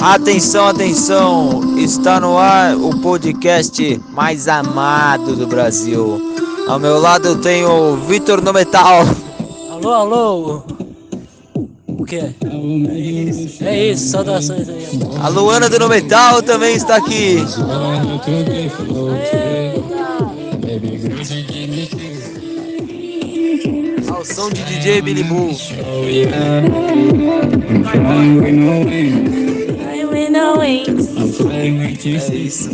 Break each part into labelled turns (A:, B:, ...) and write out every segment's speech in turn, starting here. A: Atenção, atenção! Está no ar o podcast mais amado do Brasil. Ao meu lado eu tenho o Vitor no Metal.
B: Alô, alô! O quê? É isso, saudações aí.
A: A Luana do No Metal também está aqui. Ao som de DJ Billy Bull. É isso.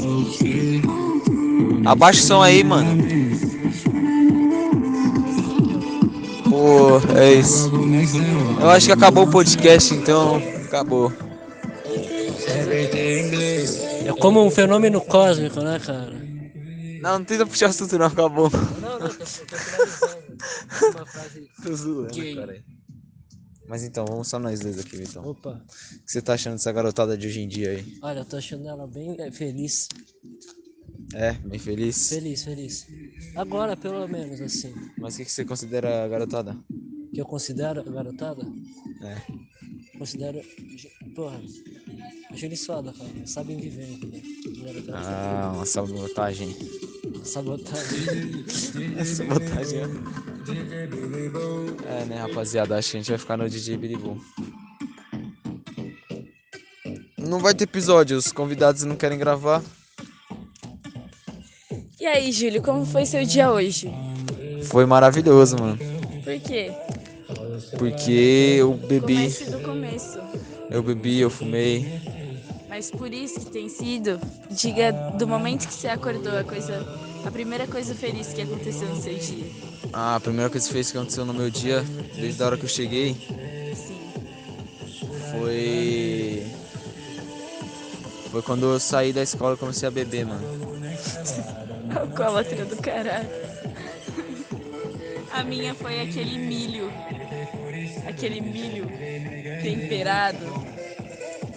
A: Abaixa o som aí, mano. Pô, é isso. Eu acho que acabou o podcast, então acabou.
B: É como um fenômeno cósmico, né, cara?
A: Não, não tenta puxar assunto não, acabou.
B: Não, não, tô, tô finalizando. Uma frase.
A: Tô zoando,
B: Que-
A: cara. Mas então, vamos só nós dois aqui, Vitão. O
B: Opa,
A: que você tá achando dessa garotada de hoje em dia aí?
B: olha, eu tô achando ela bem eh, feliz.
A: É, bem feliz.
B: Feliz, feliz. Agora, pelo menos, assim.
A: Mas o que, que você considera a garotada?
B: Que eu considero a garotada.
A: É.
B: Considero. ge- Porra. Geriçoada, cara. Sabem viver, entendeu? Garotada.
A: Ah, uma sabotagem.
B: Sabotagem.
A: sabotagem. É, né, rapaziada? Acho que a gente vai ficar no DJ Biribu. Não vai ter episódio, os convidados não querem gravar.
C: E aí, Júlio, como foi seu dia hoje?
A: Foi maravilhoso, mano.
C: Por quê?
A: Porque eu bebi,
C: Comece do começo.
A: eu bebi, eu fumei.
C: Mas por isso que tem sido, diga do momento que você acordou, a coisa, a primeira coisa feliz que aconteceu no seu dia.
A: Ah, a primeira coisa que fez que aconteceu no meu dia, desde a hora que eu cheguei,
C: Sim.
A: foi. Foi quando eu saí da escola e comecei a beber, mano.
C: Alcoólatra do caralho. A minha foi aquele milho. Aquele milho temperado.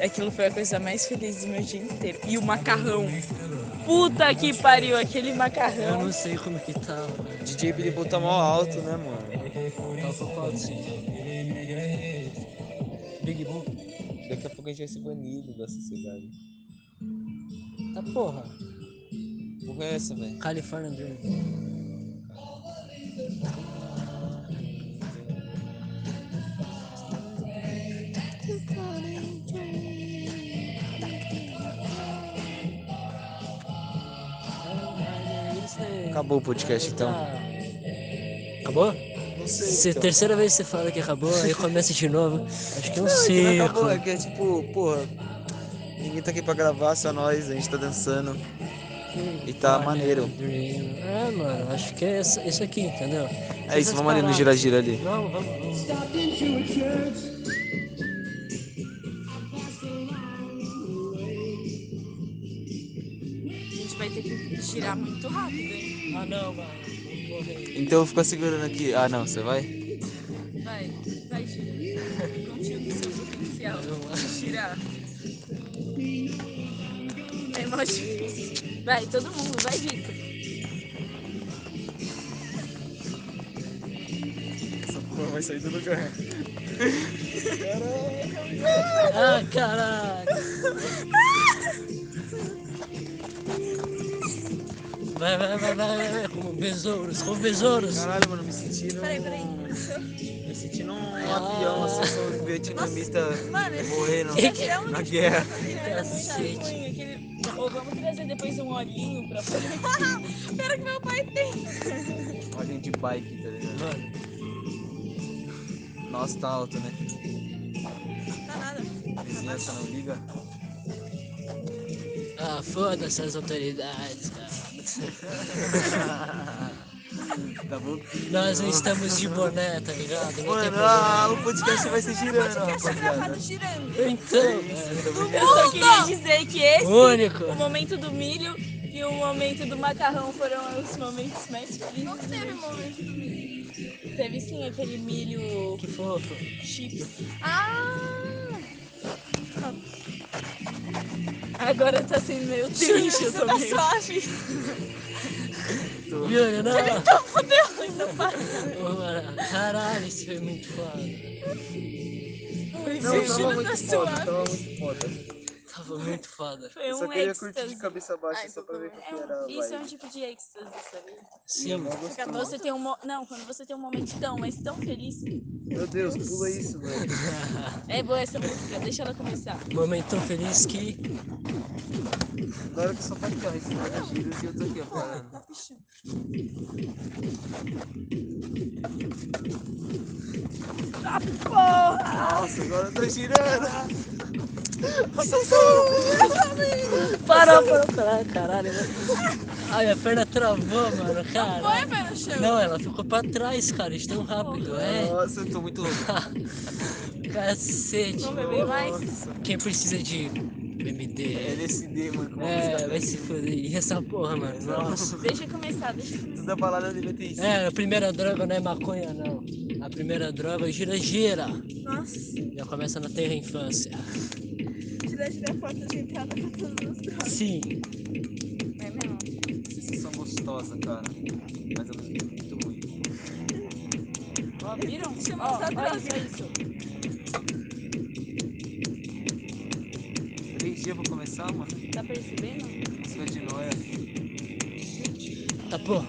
C: Aquilo foi a coisa mais feliz do meu dia inteiro. E o macarrão. Puta que pariu, aquele
B: Eu
C: macarrão.
B: não sei como que tá, velho.
A: DJ Bilibu tá mal alto, né, mano?
B: Tá ocupado, sim. Big Boom.
A: Daqui a pouco a gente vai ser banido da sociedade.
B: Tá porra.
A: Porra é essa, velho?
B: California Dream.
A: Acabou o podcast então.
C: Ah,
B: Tá. Acabou?
A: Não
B: Se
A: então.
B: terceira vez que você fala que acabou, aí começa de novo. Acho que é um
A: Não, é que não
B: circo.
A: acabou, é que é tipo, porra. Ninguém tá aqui pra gravar, só nós, a gente tá dançando. E tá maneiro.
B: Dream. É, mano, acho que é essa- isso aqui, entendeu?
A: É isso, vamos ali no gira-gira ali.
B: Não, vamos.
C: A gente vai ter que girar muito rápido, hein?
B: Ah, não, mano. vou morrer.
A: Então eu fico segurando aqui. Ah, não, você vai?
C: Vai, vai girar. Contigo seu potencial. Girar. É mó difícil. Vai, todo mundo, vai, Vitor.
A: Porra, vai sair do lugar.
B: Ah, caralho! Vai, vai, vai, vai, vai, vai, como besouros, como besouros!
A: Caralho, mano, me senti num...
C: Peraí, peraí.
A: Me senti num avião, assim, sou um vietnamita
C: Mano, é
A: morrendo
C: nós tiramos
A: na guerra.
C: Cacete. Aquele... Ou vamos trazer depois um olhinho pra fazer. Pera que meu pai tem.
A: Olhem de bike, tá ligado?
B: Mano,
A: Nossa, tá alto, né?
C: Tá nada.
A: Vizinhança não liga.
B: ah, foda-se as autoridades, cara.
A: Tá bom?
B: Nós não estamos de boné, tá ligado? Não tem
A: Mano,
B: problema.
A: ah, o podcast vai ser girando,
C: Podcast
A: rapaziada. É,
C: gravado é girando.
B: Então, mano,
C: Eu só queria dizer que esse,
B: Único.
C: o momento do milho e o momento do macarrão foram os momentos mais felizes. Não teve momento do milho. Teve sim aquele milho
B: que fofo.
C: chips. Ah! Agora tá sendo meio triste, eu tô meio... tá suave.
B: Júlio, não!
C: Então fudeu, ainda passa.
B: Ô, mano, Caralho, isso foi muito foda.
C: O Júlio tá suave.
A: tava muito foda.
B: Tava muito foda.
C: Foi
A: então. Eu
C: um
A: só queria curtir
C: êxtase.
A: de cabeça baixa
D: Ai,
A: só
D: tô
A: pra ver
D: com-
A: qual
C: É
A: que era a
C: um, isso é um
A: vibe.
C: tipo de êxtase, sabia?
A: E eu
B: Sim,
A: não
B: mano.
A: gostei.
C: Quando você tem um. mo- Não, quando você tem um momento tão, mas tão feliz.
A: Meu Deus, pula isso, mano.
C: É boa essa música, deixa ela começar.
B: Momento tão feliz que.
A: Na hora que só faz aquela risada giros e eu tô aqui, ó, parando. Ah, Nossa, agora eu tô girando.
B: Para, para, para, caralho. mano. Ai, a perna travou, é, mano, cara.
D: Foi, pé no chão.
B: Não, ela ficou pra trás, cara, de tão rápido. É,
A: Nossa, eu tô muito louco.
B: cacete.
C: Vamos beber mais?
A: Nossa,
B: Quem precisa de MD?
A: LSD, mano.
B: É, vai se foder. E essa porra, mano, nossa.
C: Deixa começar, deixa começar.
A: Toda assim? balada devia ter isso.
B: É, a primeira droga não é maconha, não. A primeira droga é gira, gira.
D: Nossa,
B: Já começa na terra infância.
D: tirar, tirar foto de entrada pra todos os carros.
B: Sim,
C: É mesmo?
A: Sensação gostosa, cara. Mas eu música é muito ruim.
C: Ó, viram?
D: Deixa eu
C: Ó,
D: mostrar
C: olha
D: pra
C: isso, olha isso.
A: Três dias pra começar, mano.
C: Tá percebendo?
A: Música de noia.
B: tá porra.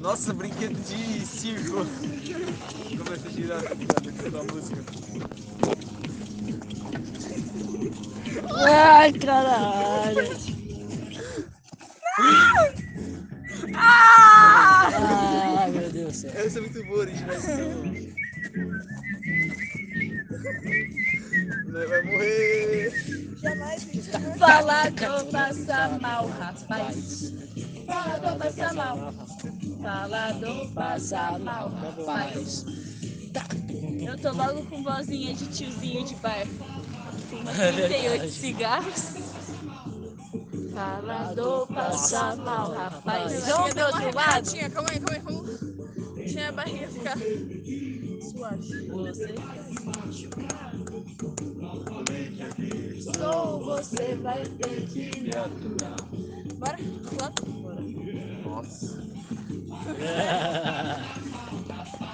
A: Nossa, brinquedo de circo. Começa a girar tá dentro da música.
B: Ai, caralho. Ai, meu Deus do céu.
A: Essa é muito boa, originalização. é, Vai morrer.
D: Jamais, gente.
C: Falador passa mal, rapaz. Falador passa mal. Falador passa mal, rapaz. Tá. Eu tô logo com vozinha de tiozinho de bar. Fuma
B: É verdade.
C: 38 cigarros. Falador passa mal, rapaz. João do
D: Deu uma
C: outro lado.
D: arrebatinha. Calma aí, calma aí. Calma. Deixa a barriga ficar.
C: Suave. Você Sou você vai ter que me aturar.
D: Bora, bora.
A: Nossa.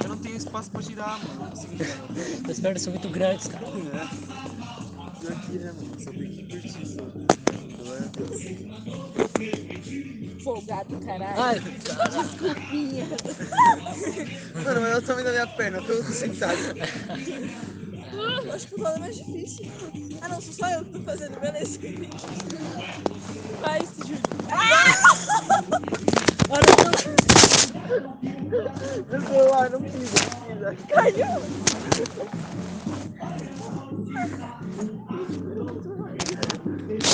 A: Eu não tenho espaço pra girar, mano. Não consigo girar, não.
B: As pernas são muito grandes, cara.
A: É. Pior que é, mano. Só tem que curtir isso. Glória a Deus.
C: Folgado, caralho.
B: Ai,
A: Mano, mas olha o tamanho da minha perna. Eu tô sentado.
D: Eu Acho que o valor é mais difícil. Ah, não, sou só eu que tô fazendo. Beleza.
C: Vai, Júlio.
A: Eu tô lá, não pisa. não pisa.
D: Caiu.